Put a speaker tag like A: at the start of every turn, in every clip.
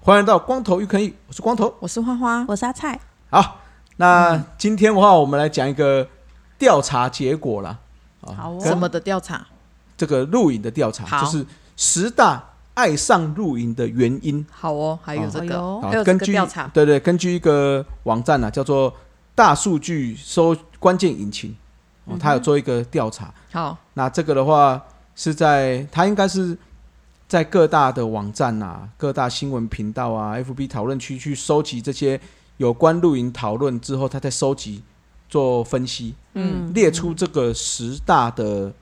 A: 欢迎到光头玉坑义，我是光头。
B: 我是花花，
C: 我是阿菜，
A: 好，那
B: 嗯
A: 今天的话，我们来讲一个调查结果啦。啊
C: 好哦
A: 跟
B: 什么的调查？
A: 这个露营的调查，
B: 好
A: 就是十大爱上露营的原因。
B: 好哦，还有这
C: 哎
B: 个，
C: 呦
A: 啊
B: 还有这
A: 根
B: 个
A: 据
B: 调查，
A: 对对，根据一个网站呢、啊，叫做大数据搜关键引擎，哦，
B: 嗯
A: 它有做一个调查。
B: 好，
A: 那这个的话是在它应该是在各大的网站啊、各大新闻频道啊、FB 讨论区去收集这些有关露营讨论之后，它再收集做分析，
B: 嗯，
A: 列出这个十大的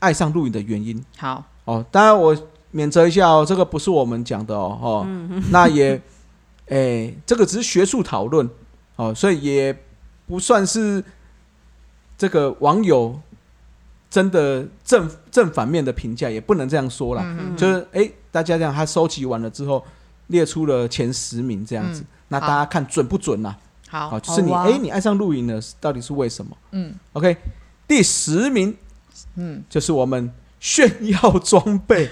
A: 爱上露营的原因。
B: 好，
A: 哦，当然我免责一下哦，这个不是我们讲的哦，哦，
B: 嗯
A: 那也， 诶、这个只是学术讨论哦，所以也不算是这个网友真的正正反面的评价，也不能这样说啦。
B: 嗯
A: 就是诶、大家这样，他收集完了之后，列出了前十名这样子，
B: 嗯
A: 那大家看准不准啦、
B: 好，
A: 好，就是你
C: 好
A: 诶、
C: 啊
A: 你爱上露营了，到底是为什么
B: 嗯
A: ？OK，第十名
B: 嗯，
A: 就是我们炫耀装 备。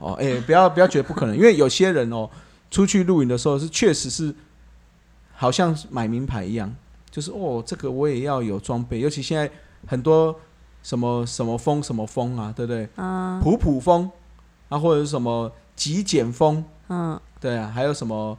A: 哦，哎、不要不要觉得不可能，因为有些人哦，出去露营的时候是确实是好像是买名牌一样，就是哦，这个我也要有装备，尤其现在很多什么什么风什么风啊，对不对？
C: 嗯
A: 普普风啊，或者是什么极简风，
C: 嗯，
A: 对啊，还有什么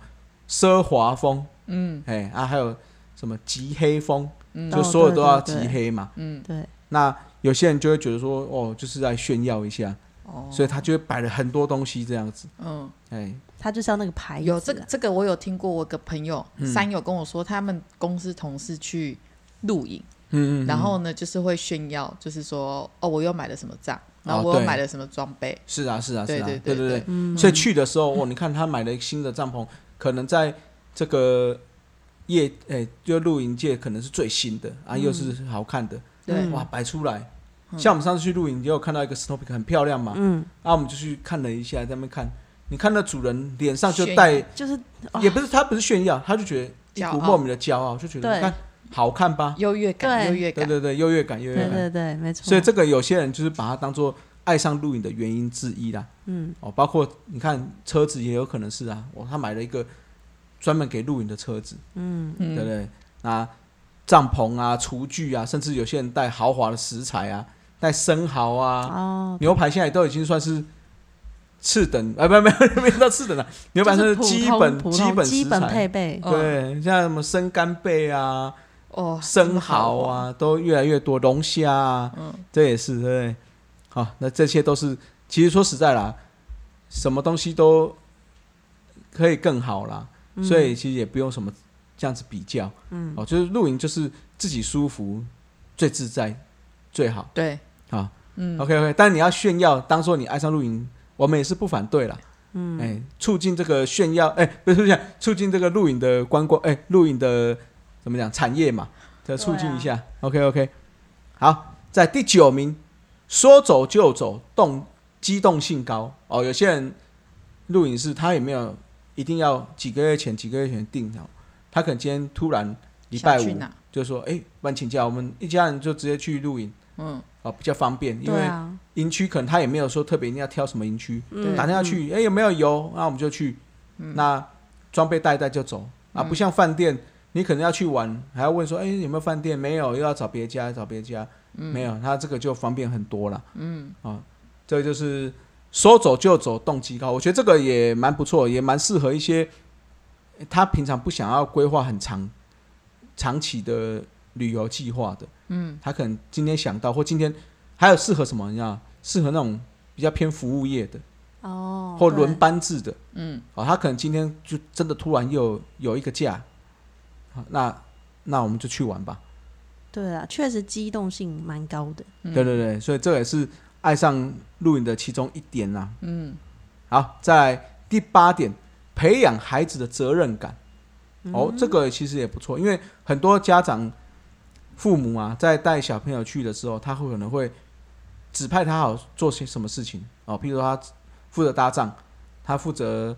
A: 奢华风，
B: 嗯
A: 哎、啊，还有什么极黑风，
B: 嗯
A: 就所有都要
C: 哦对
A: 极
C: 对对
A: 黑嘛。
B: 嗯，
C: 对，
A: 那有些人就会觉得说，哦，就是在炫耀一下，
B: 哦，
A: 所以他就会摆了很多东西这样子。
B: 嗯，
A: 哎，
C: 他就是要那个牌子啊，
B: 有这个这个我有听过，我有个朋友
A: 嗯
B: 三友跟我说，他们公司同事去露营，
A: 嗯
B: 然后呢就是会炫耀，就是说哦我又买了什么帐，然后
A: 哦
B: 我又
A: 对
B: 买了什么装备，
A: 是啊，是啊，是
B: 对
A: 啊，
B: 对
A: 对
B: 对
A: 对。
C: 嗯，
A: 所以去的时候，哦，你看他买了新的帐篷，可能在这个业，哎，就露营界可能是最新的
B: 嗯
A: 啊，又是好看的，
B: 对
C: 嗯，
A: 哇，摆出来。
B: 嗯
A: 像我们上次去露营，也有看到一个 snow peak 很漂亮嘛，
C: 嗯，
A: 啊，我们就去看了一下，在那边看，你看那主人脸上就
B: 炫耀
A: 带，
C: 就是哇
A: 也不是他不是炫耀，他就觉得一
B: 骄
A: 股
B: 傲
A: 莫名的骄傲，就觉得
C: 对
A: 你看好看吧，
B: 优越感
C: 对
B: 优越
A: 对
B: 感，
A: 对对，优越感，优越
C: 对
A: 感。
C: 对对，没错，
A: 所以这个有些人就是把它当做爱上露营的原因之一啦。
C: 嗯，
A: 哦，包括你看车子也有可能是啊，哦，他买了一个专门给露营的车子，对不
B: 嗯
A: 对？那帐篷啊、厨具啊，甚至有些人带豪华的食材啊，带生蚝啊、
C: 哦，
A: 牛排，现在都已经算是次等，啊，没没没没到次等了，牛排
C: 就是普通
A: 基本
C: 普通
A: 基本
C: 基
A: 食
C: 本
A: 材。哦
C: 配备，
B: 嗯
A: 对，像什么生干贝啊、
B: 哦
A: 生蚝，啊，都越来越多，龙虾啊，
B: 嗯
A: 这也是对不对？好，那这些都是，其实说实在啦，什么东西都可以更好啦，
C: 嗯
A: 所以其实也不用什么这样子比较，
C: 嗯
A: 哦，就是露营就是自己舒服、最自在、最好
B: 对，
A: 啊。
B: 嗯
A: OK OK，但你要炫耀，当做你爱上露营，我们也是不反对啦。
C: 嗯
A: 哎、促进这个炫耀，哎、不是不是，促进这个露营的观光，哎、露营的怎么讲产业嘛，这
C: 对啊
A: 促进一下。OK OK，好，在第九名，说走就走，动机动性高哦。有些人露营是他也没有一定要几个月前几个月前定好，他可能今天突然礼拜
B: 想去
A: 五
B: 哪
A: 就说，哎、不然请假，我们一家人就直接去露营
B: 嗯
A: 啊、哦，比较方便，因
C: 对
A: 为
C: 啊，
A: 营区可能他也没有说特别一定要挑什么营区。
C: 嗯
A: 打电话，去，哎、有没有油？那我们就去，那装备带一带就走啊，不像饭店，你可能要去玩，还要问说，哎、有没有饭店？没有，又要找别家，找别家，没有，他这个就方便很多了，嗯，啊，这个就是说走就走，动机高，我觉得这个也蛮不错，也蛮适合一些呃他平常不想要规划很长长期的旅游计划的，嗯，他可能今天想到，或今天还有适合什么，你知道，适合那种比较偏服务业的。
C: 哦，
A: 或
C: 对
A: 轮，班制的，
B: 嗯
A: 哦，他可能今天就真的突然又有一个假，好那那我们就去玩吧。
C: 对啊，确实机动性蛮高的，
B: 嗯
A: 对对对，所以这也是爱上露营的其中一点啦、
B: 嗯
A: 好，再来第八点，培养孩子的责任感。
B: 嗯
A: 哦，这个其实也不错，因为很多家长、父母啊，在带小朋友去的时候，他会可能会指派他好做些什么事情哦，譬如说他负责搭帐，他负责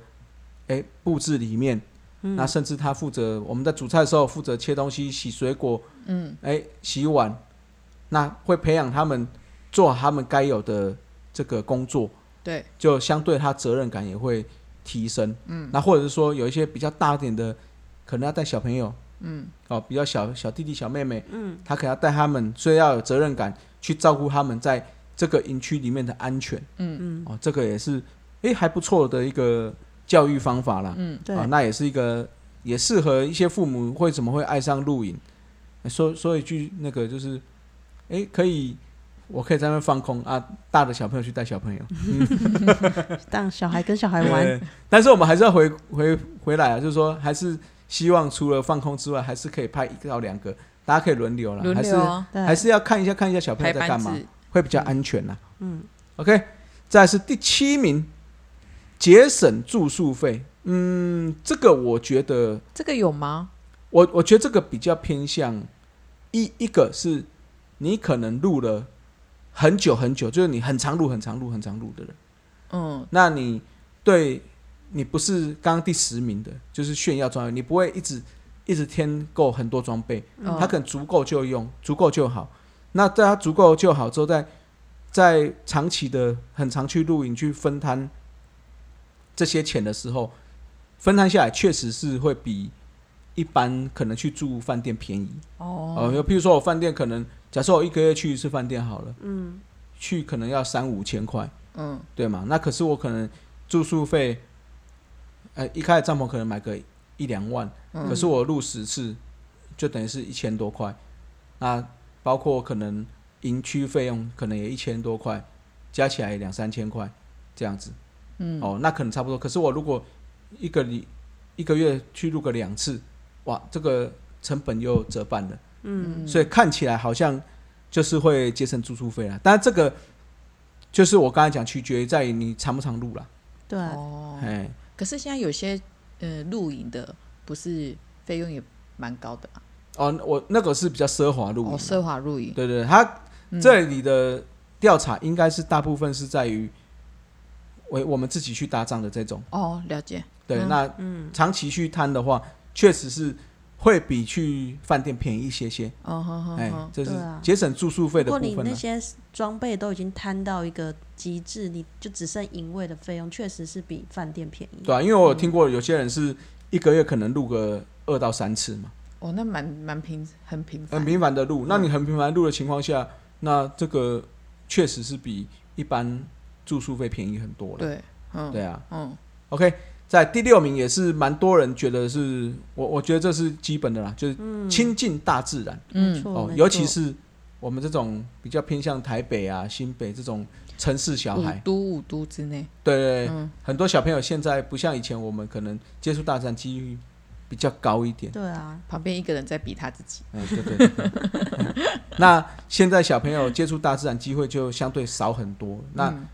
A: 哎布置里面，
B: 嗯
A: 那甚至他负责我们在煮菜的时候负责切东西、洗水果，嗯，哎洗碗，那会培养他们做他们该有的这个工作，
B: 对，
A: 就相对他责任感也会提升。嗯，那或者是说有一些比较大一点的，可能要带小朋友，嗯，哦，比较小小弟弟小妹妹，嗯，他可能要带他们，所以要有责任感去照顾他们在这个营区里面的安全。嗯嗯，哦，这个也是，诶、还不错的一个教育方法啦。嗯，
C: 对
A: 啊，那也是一个也适合一些父母会怎么会爱上露营。说说一句那个就是，诶，可以，我可以在那边放空啊，大的小朋友去带小朋友。
C: 让小孩跟小孩玩，
A: 对 但是我们还是要回回回来啊，就是说还是希望除了放空之外，还是可以派一个到两个，大家可以轮流了，
B: 轮
A: 还是
B: 流啊，
C: 对，
A: 还是要看一下看一下小朋
B: 排
A: 友在
B: 班
A: 干嘛，
B: 制，
A: 会比较安全啦。
C: 嗯
A: OK，再来是第七名，节省住宿费。嗯，这个我觉得，
B: 这个有吗？
A: 我我觉得这个比较偏向一一个是你可能录了很久很久，就是你很常录、很常录、很常录的人。
B: 嗯，
A: 那你对你不是刚刚第十名的，就是炫耀装备，你不会一直一直添购很多装备，
B: 嗯
A: 它可能足够就用，足够就好。那在它足够就好之后，再在长期的很常去露营去分摊这些钱的时候，分摊下来确实是会比一般可能去住饭店便宜。
B: 哦，
A: 哦，就譬如说我饭店可能，假设我一个月去一次饭店好了，嗯，去可能要三五千块。
B: 嗯，
A: 对嘛？那可是我可能住宿费，呃，一开始帐篷可能买个一两万，
B: 嗯
A: 可是我入十次，就等于是一千多块。那包括可能营区费用，可能也一千多块，加起来两三千块这样子。嗯，哦，那可能差不多。可是我如果一个礼一个月去入个两次，哇，这个成本又折半了。
C: 嗯，
A: 所以看起来好像就是会节省住宿费啦。但这个就是我刚才讲，取决于在于你常不常录啦。
C: 对，啊
B: 哦，
A: 哎、
B: 可是现在有些呃露营的，不是费用也蛮高的嘛？
A: 哦，我那个是比较奢华录影
B: 哦，
A: 啦，
B: 奢华露营，
A: 对对，对他
B: 嗯
A: 这里的调查应该是大部分是在于为我们自己去搭帐的这种。
B: 哦，了解，
A: 对，
B: 嗯
A: 那
C: 嗯
A: 长期去摊的话，确实是会比去饭店便宜一些些。
B: 哦，好好
A: 哎、
B: 好，
A: 这是
C: 对啊
A: 节省住宿费
C: 如
A: 的
C: 果
A: 部
C: 你
A: 分啊
C: 那
A: 呢。
C: 些装备都已经摊到一个极致，你就只剩营位的费用，确实是比饭店便宜。
A: 对啊，因为我有听过有些人是一个月可能录个二到三次嘛。
B: 哦，那蛮蛮平，很平
A: 很
B: 凡，
A: 频繁的
C: 嗯
A: 录，那你很频繁地录的情况下，那这个确实是比一般住宿费便宜很多了。
B: 对，嗯，
A: 对啊
B: 嗯，
A: ，OK，在第六名也是蛮多人觉得是我，我觉得这是基本的啦，就是亲近大自然、
C: 没
B: 嗯，
C: 错，
A: 哦
C: 嗯没，错
A: 尤其是我们这种比较偏向台北啊、新北这种城市小
B: 五
A: 孩，
B: 都五都之内，
A: 对对对，
B: 嗯
A: 很多小朋友现在不像以前我们可能接触大自然几率比较高一点。
C: 对啊，
B: 旁边一个人在比他自己，
A: 嗯，对对对。 那现在小朋友接触大自然机会就相对少很多，那
B: 嗯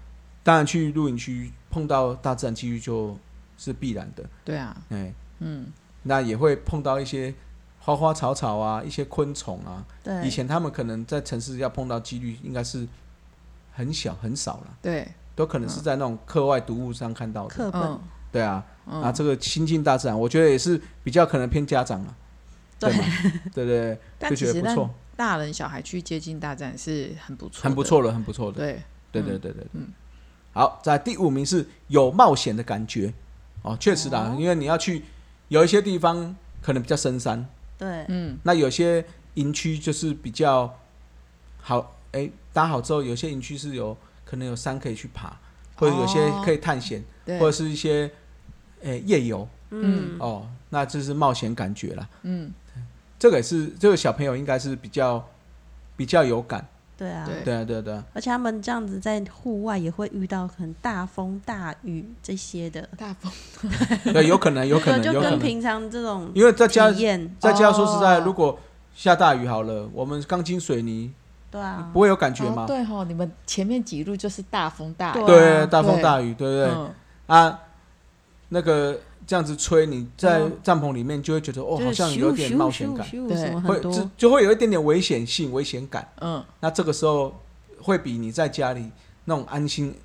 A: 当然去露营区碰到大自然机遇就是必然的，
B: 对啊，
A: 哎，
B: 嗯，
A: 那也会碰到一些花花草草啊，一些昆虫啊。以
C: 对，
A: 前他们可能在城市要碰到几率应该是很小很少了，
B: 对，
A: 都可能是在那种课外读物上看到的。
C: 课本
B: 嗯，
A: 对啊，
B: 嗯
A: 啊，这个亲近大自然，我觉得也是比较可能偏家长了，对
C: 对
A: 吗？对对对，
B: 但
A: 就
B: 其
A: 觉得
B: 实
A: 不
B: 让
A: 错，
B: 大人小孩去接近大战是很不错，
A: 很不，错了，很不错的。
B: 对，
A: 对对对
B: 嗯
A: 对对。
B: 嗯
A: 好，在第五名是有冒险的感觉哦，确实啦，因为你要去有一些地方可能比较深山，
C: 对，
B: 嗯，
A: 那有些营区就是比较好，哎、搭好之后，有些营区是有可能有山可以去爬，或者有些可以探险，
B: 对
A: 或，者是一些哎、夜游
C: 嗯，
A: 哦，那这是冒险感觉啦。
B: 嗯，
A: 这个也是这个小朋友应该是比较比较有感，
C: 对啊，
B: 对
A: 对啊对啊对啊，
C: 而且他们这样子在户外也会遇到很大风大雨这些的，
B: 大风，
A: 对，有可能有可能
C: 对，就
A: 有可能，
C: 跟平常这种
A: 因为在家
C: 体验，
A: 再加上说实在，
B: 哦
A: 如果下大雨好了，我们钢筋水泥
C: 对啊
A: 不，会有感觉
B: 哦
A: 吗？
B: 对哈，你们前面几路就是大风大雨，
C: 对啊
A: 对，大风大雨，对不对？
B: 嗯
A: 啊，那个这样子吹，你在
B: 嗯
A: 帐篷里面就会觉得哦，
C: 就是
A: 好像有点冒险感，
C: 咻咻咻咻
B: 对
C: 什么
A: 会
C: 很
A: 就
C: 多，
A: 就会有一点点危险性、危险感。
B: 嗯，
A: 那这个时候会比你在家里那种安心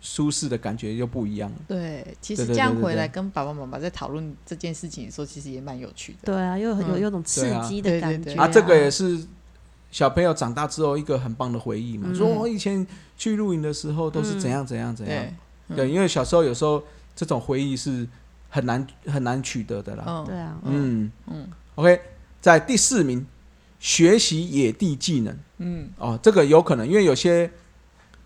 A: 舒适的感觉就不一样了。
B: 对，其
A: 对
B: 实
A: 对
B: 这样
A: 对对
B: 回来
A: 对
B: 跟爸爸妈妈在讨论这件事情的时候，其实也蛮有趣的。
C: 对啊，又很有
B: 嗯
C: 有种刺
A: 对啊
C: 激
B: 对对
C: 的感
B: 对
C: 觉
A: 啊，这个也是小朋友长大之后一个很棒的回忆嘛。
C: 嗯
A: 说我以前去露营的时候都是怎样怎样怎样
B: 对，，嗯
A: 对，啊因为小时候有时候这种回忆是很难很难取得的啦。
C: 对
B: 嗯，
C: 啊，
A: 嗯
B: 嗯
A: OK，在第四名，学习野地技能
B: 嗯，
A: 哦，这个有可能，因为有些，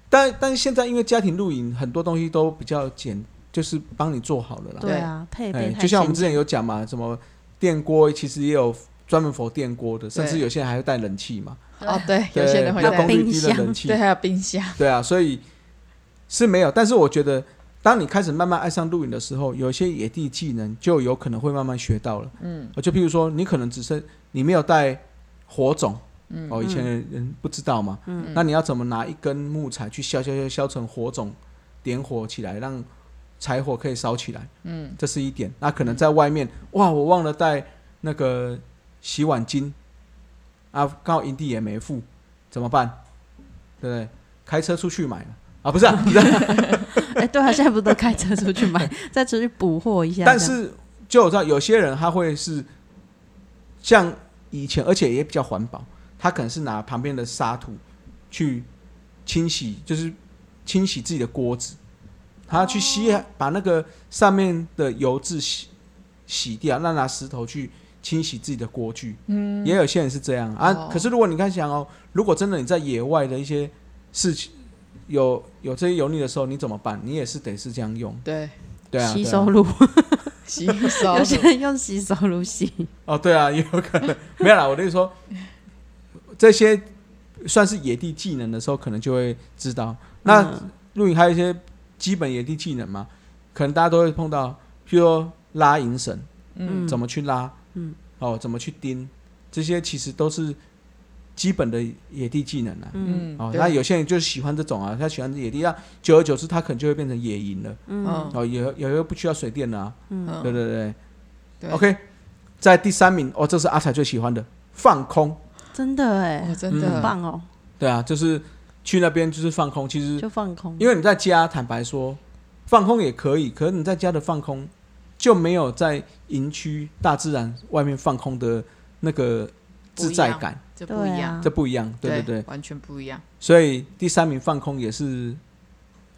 A: 但但是现在因为家庭露营很多东西都比较简，就是帮你做好了啦。
C: 对啊，配备
A: 哎，
C: 太
A: 就像我们
C: 先
A: 之前有讲嘛，什么电锅其实也有专门佛电锅的，甚至
B: 对
A: 有些人还会带冷气嘛。
B: 哦，对，有
A: 对
B: 些人会
A: 比较
C: 带
A: 功率
C: 冰
A: 低的
C: 箱
A: 冷气
B: 对，，还有冰箱，
A: 对啊，所以是没有。但是我觉得，当你开始慢慢爱上露营的时候，有一些野地技能就有可能会慢慢学到了。哦
B: 嗯，
A: 就譬如说，你可能只是你没有带火种，嗯，哦，以前的人不知道嘛，
C: 嗯，
A: 那你要怎么拿一根木材去削削削削成火种，点火起来，让柴火可以烧起来，
B: 嗯，
A: 这是一点。那可能在外面，哇，我忘了带那个洗碗巾，啊，刚好营地也没付，怎么办？对不对？开车出去买了啊，不是、啊，
C: 哎，对啊，现在不是都开车出去买，再出去补货一下这样。
A: 但是就我知道，有些人他会是像以前，而且也比较环保，他可能是拿旁边的沙土去清洗，就是清洗自己的锅子，他去吸、把那个上面的油渍洗洗掉，那拿石头去。清洗自己的锅具，嗯，也有些人是这样啊。
B: 哦
A: 可是如果你看想哦，如果真的你在野外的一些事情有有这些油腻的时候，你怎么办？你也是得是这样用，
B: 对，
A: 对啊，
C: 吸
A: 对啊
C: 收乳，
B: 洗手
C: 有，些人用吸收乳吸，
A: 哦，对啊，也有可能没有啦。我的意思说，这些算是野地技能的时候，可能就会知道。那
C: 嗯
A: 露营还有一些基本野地技能嘛，可能大家都会碰到，譬如说拉引绳，
B: 嗯
C: 嗯
A: 怎么去拉，
C: 嗯，
A: 哦，怎么去钉，这些其实都是基本的野地技能啊。
B: 嗯，
C: 嗯
A: 哦，
B: 对
A: 那有些人就是喜欢这种啊，他喜欢野地，那久而久之，他可能就会变成野营了。
B: 嗯
A: 哦，也也又不需要水电了、啊。
C: 嗯，
A: 对对
B: 嗯，
A: 对
B: 对
A: o k 在第三名哦，这是阿彩最喜欢的放空。
C: 真的哎
B: 哦，，
A: 嗯
B: 真的
C: 很，棒哦，
A: 对啊，就是去那边就是放空。其实
C: 就放空，
A: 因为你在家，坦白说，放空也可以，可是你在家的放空就没有在营区大自然外面放空的那个自在感，
B: 这不
C: 对
B: 一样
C: 啊，，
A: 这不一样。对对对，
B: 完全不一样。
A: 所以第三名放空也是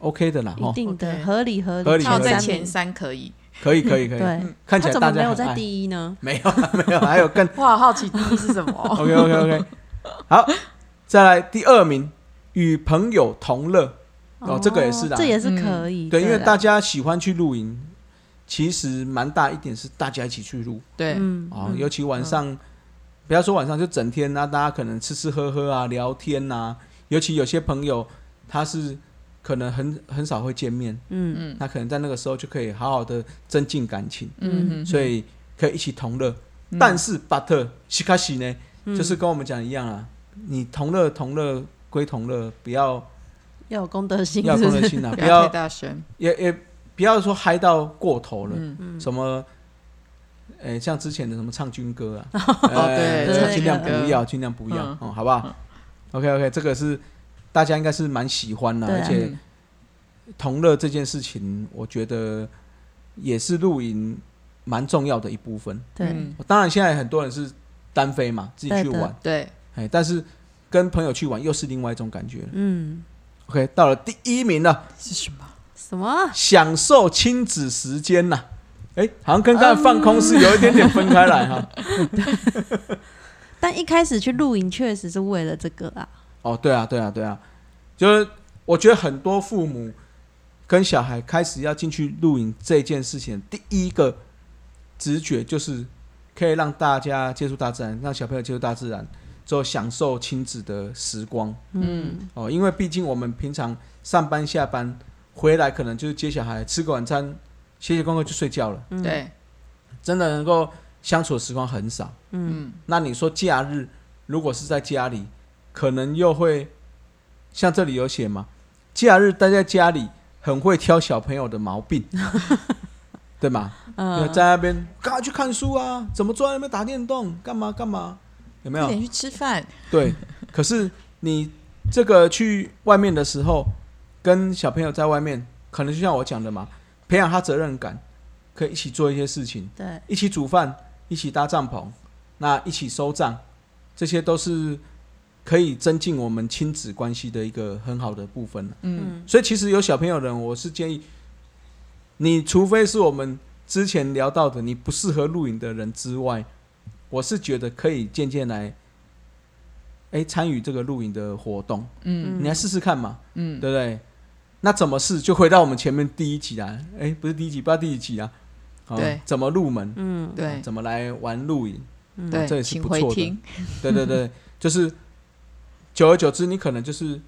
A: 哦 OK 的啦，
C: 一
A: 哈，
C: 定的
B: OK
C: 合理合理，
A: 合理合
B: 他有
A: 理嗯
B: 在
C: 前
B: 前
C: 三
B: 三可以，
A: 可以可以可以。
C: 名，对，
A: 看起
C: 他
A: 来
C: 怎
A: 大
C: 么没
A: 家
C: 有
A: 很
C: 在
A: 爱，
C: 第一呢？
A: 没有啦没有啦，还有更
B: 我好好奇第一是什 么？哦
A: OK OK OK。好，再来第二名，与朋友同乐。哦这个也是啦
C: 这也是可以，
A: 嗯对，因为
C: 啦
A: 大家喜欢去露营，其实蛮大一点是大家一起去露
B: 对，
C: 嗯
A: 啊、尤其晚上，不要说晚上，就整天啊，大家可能吃吃喝喝啊，聊天呐、尤其有些朋友他是可能很很少会见面，
C: 嗯
B: 嗯
A: 那可能在那个时候就可以好好的增进感情，
B: 嗯，
A: 所以可以一起同乐。但是巴特西卡西呢，
B: 嗯
C: 嗯
A: 就是跟我们讲一样啊，你同乐同乐归同乐，不要
C: 要有公德心，
A: 要有
C: 是
A: 公
C: 不
A: 德
C: 是？
A: 心 啊，
B: 不
A: 不
B: 要太
A: 要
B: 大声，
A: 也也不要说嗨到过头了。
B: 嗯，
C: 嗯
A: 什么，诶、像之前的什么唱军歌啊，
B: 哦
A: 哎
B: 对
A: 这
C: 对
A: 尽量
C: 那个
A: 不要，尽量不要，
B: 嗯
A: 哦，好不好？OK OK，这个是大家应该是蛮喜欢的，
C: 对啊
A: 而且
B: 嗯
A: 同乐这件事情，我觉得也是露营蛮重要的一部分。
C: 对，
B: 嗯
A: 当然，现在很多人是单飞嘛，自己去
C: 对的
A: 玩，
B: 对，
A: 哎，但是跟朋友去玩又是另外一种感觉了。
C: 嗯，
A: OK，到了第一名了，
B: 是什么？
C: 什么？
A: 享受亲子时间呐、哎、好像跟刚才放空是有一点点分开来哈。
C: 但一开始去露营确实是为了这个啊，
A: 哦，对啊，对啊，对啊，就是我觉得很多父母跟小孩开始要进去露营这件事情，第一个直觉就是可以让大家接触大自然，让小朋友接触大自然，之后享受亲子的时光
C: 嗯，
A: 哦。因为毕竟我们平常上班下班回来，可能就是接小孩吃个晚餐，写写功课就睡觉了，
C: 嗯，
B: 对，
A: 真的能够相处的时光很少。
C: 嗯，
B: 嗯，
A: 那你说假日如果是在家里，可能又会像这里有写嘛，假日待在家里很会挑小朋友的毛病， 对吗？
C: 嗯，
A: 在那边干嘛去看书啊？怎么坐在那边打电动？干嘛干嘛？有没
B: 快
A: 有？
B: 点去吃饭，
A: 对，可是你这个去外面的时候，跟小朋友在外面，可能就像我讲的嘛，培养他责任感，可以一起做一些事情，
C: 对，
A: 一起煮饭，一起搭帐篷，那一起收账，这些都是可以增进我们亲子关系的一个很好的部分。啊
B: 嗯，
C: 嗯，
A: 所以其实有小朋友的人，我是建议，你除非是我们之前聊到的你不适合露营的人之外，我是觉得可以渐渐来，哎、参与这个露营的活动，
B: 嗯
C: 嗯
A: 你来试试看嘛，
B: 嗯，
A: 对不对？那怎么试？就回到我们前面第一集啊，哎、不是第一集，不知道第几集啊，哦
B: 对
A: 怎么入门？
C: 嗯，
B: 对
A: 怎么来玩露 营？
C: 嗯
B: 对，
A: 这也是
B: 请
A: 不
B: 回
A: 错的
B: 听，
A: 对对对，就是久而久之，你可能就是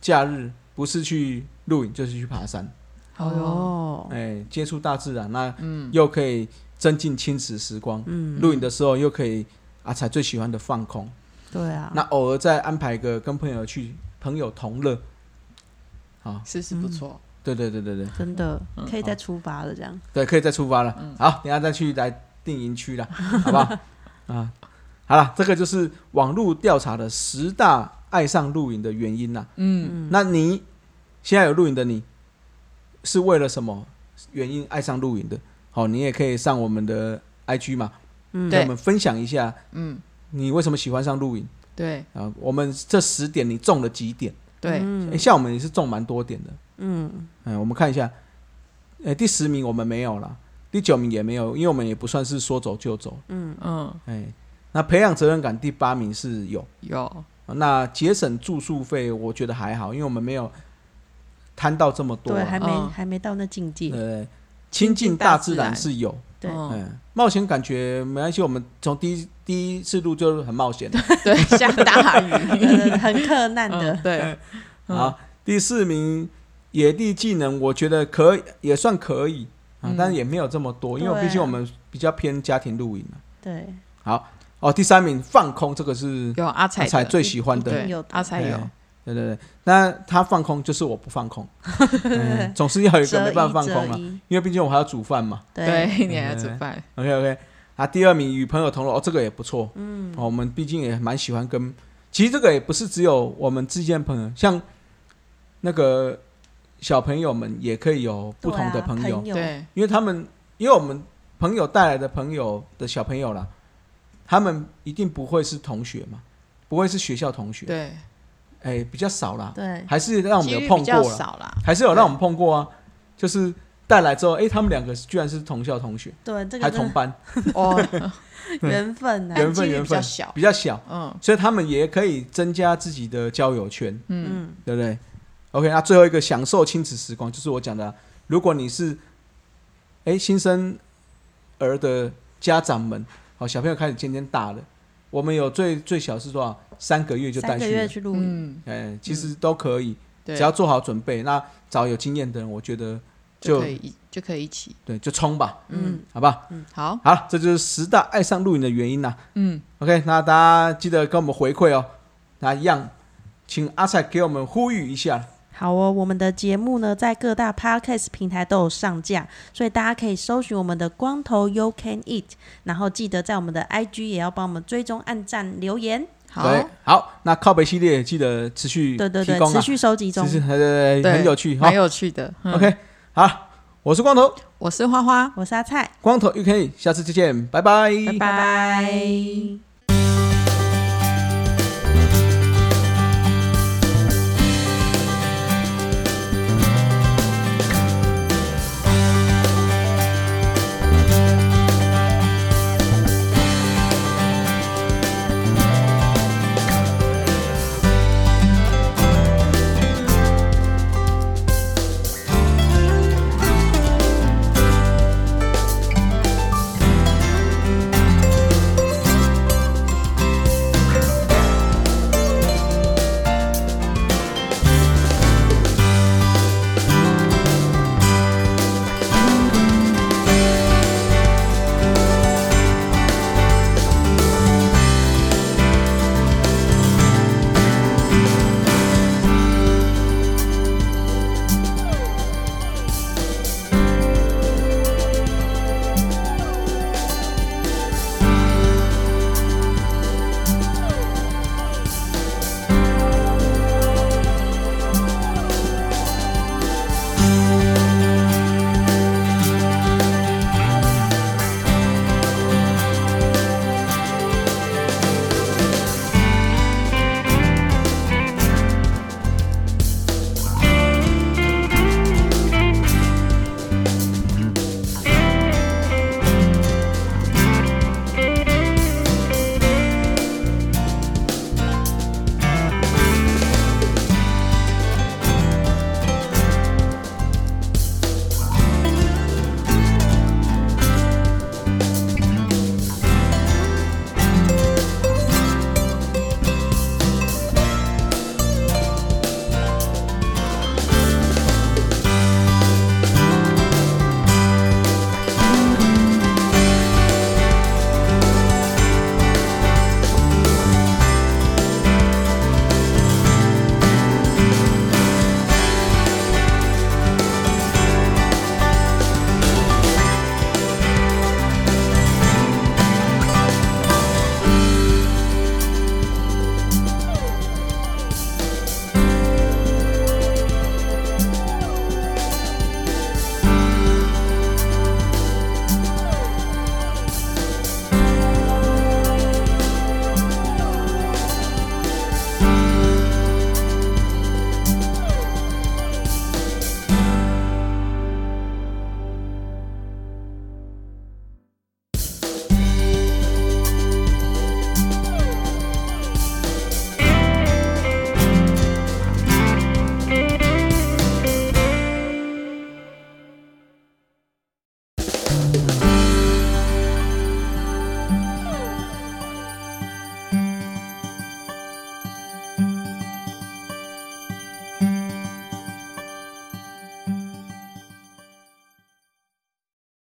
A: 假日不是去露营，就是去爬山。
B: 哦，
C: 哦，
A: 哎，接触大自然，那
B: 嗯
A: 又可以增进亲子时光。
C: 嗯，
A: 露营的时候又可以阿才最喜欢的放空，
C: 对啊，
A: 那偶尔再安排个跟朋友去，朋友同乐。好，
B: 是是不错，
A: 对对对对对
C: 真的
B: 嗯
C: 可以再出发了，这样，
A: 对，可以再出发了。好，等一下再去来定营区了，好不好？啊，好了，这个就是网络调查的十大爱上露营的原因啦。
B: 嗯，
A: 那你现在有露营的你，是为了什么原因爱上露营的？好，你也可以上我们的 IG 嘛，跟
C: 嗯，
B: 对
A: 我们分享一下
B: 嗯，
A: 你为什么喜欢上露营
B: 对
A: 啊？我们这十点你中了几点？
B: 对，
A: 诶
C: 嗯
A: 像我们也是中蛮多点的。
C: 嗯，
A: 嗯，我们看一下，呃，第十名我们没有啦，第九名也没有，因为我们也不算是说走就走。
B: 嗯，
A: 哎、那培养责任感第八名是有，
B: 有，
A: 那节省住宿费我觉得还好，因为我们没有摊到这么多
C: 对，还
A: 啦。
C: 没
B: 嗯
C: 还没到那境界，
A: 呃，亲近大自然是有，
C: 对
B: 嗯
A: 嗯，冒险感觉没关系，我们从第一第一次录就很冒险了。
B: 对，下大
C: 对
B: 雨，
C: 对对呃很克难的
B: 嗯，对，嗯
A: 哎好，第四名野地技能，我觉得可以也算可以啊，
B: 嗯
A: 但是也没有这么多，因为
B: 啊
C: 对
A: 毕竟我们比较偏家庭露营嘛。
C: 对，
A: 哦，第三名放空，这个是
B: 有阿
A: 阿
B: 彩
A: 才
B: 的，
A: 最喜欢的。
C: 一
B: 对
C: 定有，的
B: 阿彩有
A: 哎，对对对，那他放空就是我不放 空，嗯总是要有一个
C: 折
A: 没办法放
C: 一折
A: 空啊嘛，
C: 一
A: 因为毕竟我还要煮饭嘛。
C: 对，啊
B: 对，你还要煮饭，
A: OK OK，啊，第二名与朋友同乐，哦，这个也不错。嗯、哦，我们毕竟也蛮喜欢跟，其实这个也不是只有我们之间的朋友，像那个小朋友们也可以有不同的
C: 对啊朋
A: 友，
B: 对，
A: 因为他们因为我们朋友带来的朋友的小朋友啦，他们一定不会是同学嘛，不会是学校同学，
B: 对，
A: 哎，比较少啦，
C: 对，
A: 还是让我们
B: 几
A: 有
B: 率
A: 碰
B: 比
A: 过
B: 较
A: 啦，
B: 少啦，
A: 还是有让我们碰过啊，就是带来之后，哎，他们两个居然是同校同学，
C: 对，这
A: 还
C: 个
A: 同
C: 真
A: 班，
B: 哦，
C: 的缘分
A: 缘
C: 啊，
B: 但
A: 分
B: 几率
A: 缘
B: 比较
A: 分
B: 小，
A: 比较小。
B: 嗯
A: 所以他们也可以增加自己的交友圈，
B: 嗯，
C: 嗯，
A: 对不对？OK，那最后一个享受亲子时光，就是我讲的啊、如果你是哎新生儿的家长们，好，小朋友开始渐渐大了，我们有最最小是多少？三个月就带
C: 三个
A: 去
C: 月
A: 了，
C: 去露营，
B: 嗯，
A: 哎，其实都可以，
B: 对
A: 只，要做好准备，那找有经验的人，我觉得
B: 就
A: 就
B: 可以一就可以一起，
A: 对，就冲吧，
B: 嗯，
C: 嗯，
A: 好吧？
B: 好，
A: 好了，这就是十大爱上露营的原因啦、
B: 嗯，
A: OK，那大家记得跟我们回馈哦。那一样，请阿菜给我们呼吁一下。
C: 好哦，我们的节目呢，在各大 podcast 平台都有上架，所以大家可以搜寻我们的“光头 You Can Eat”，然后记得在我们的 IG 也要帮我们追踪、按赞、留
A: 嗯
C: 言，
B: 好，
A: 对，好，那靠北系列记得持续
C: 对对
A: 提
C: 对，
A: 供
C: 持
A: 啊，
C: 续收集中
A: 持。续对对对，
B: 对
A: 很有趣哈
B: 蛮。有趣的。嗯
A: OK，好，我是光头，
B: 我是花花，
C: 我是阿菜，
A: 光头 UK，下次再见，拜拜
B: 拜拜
C: 拜拜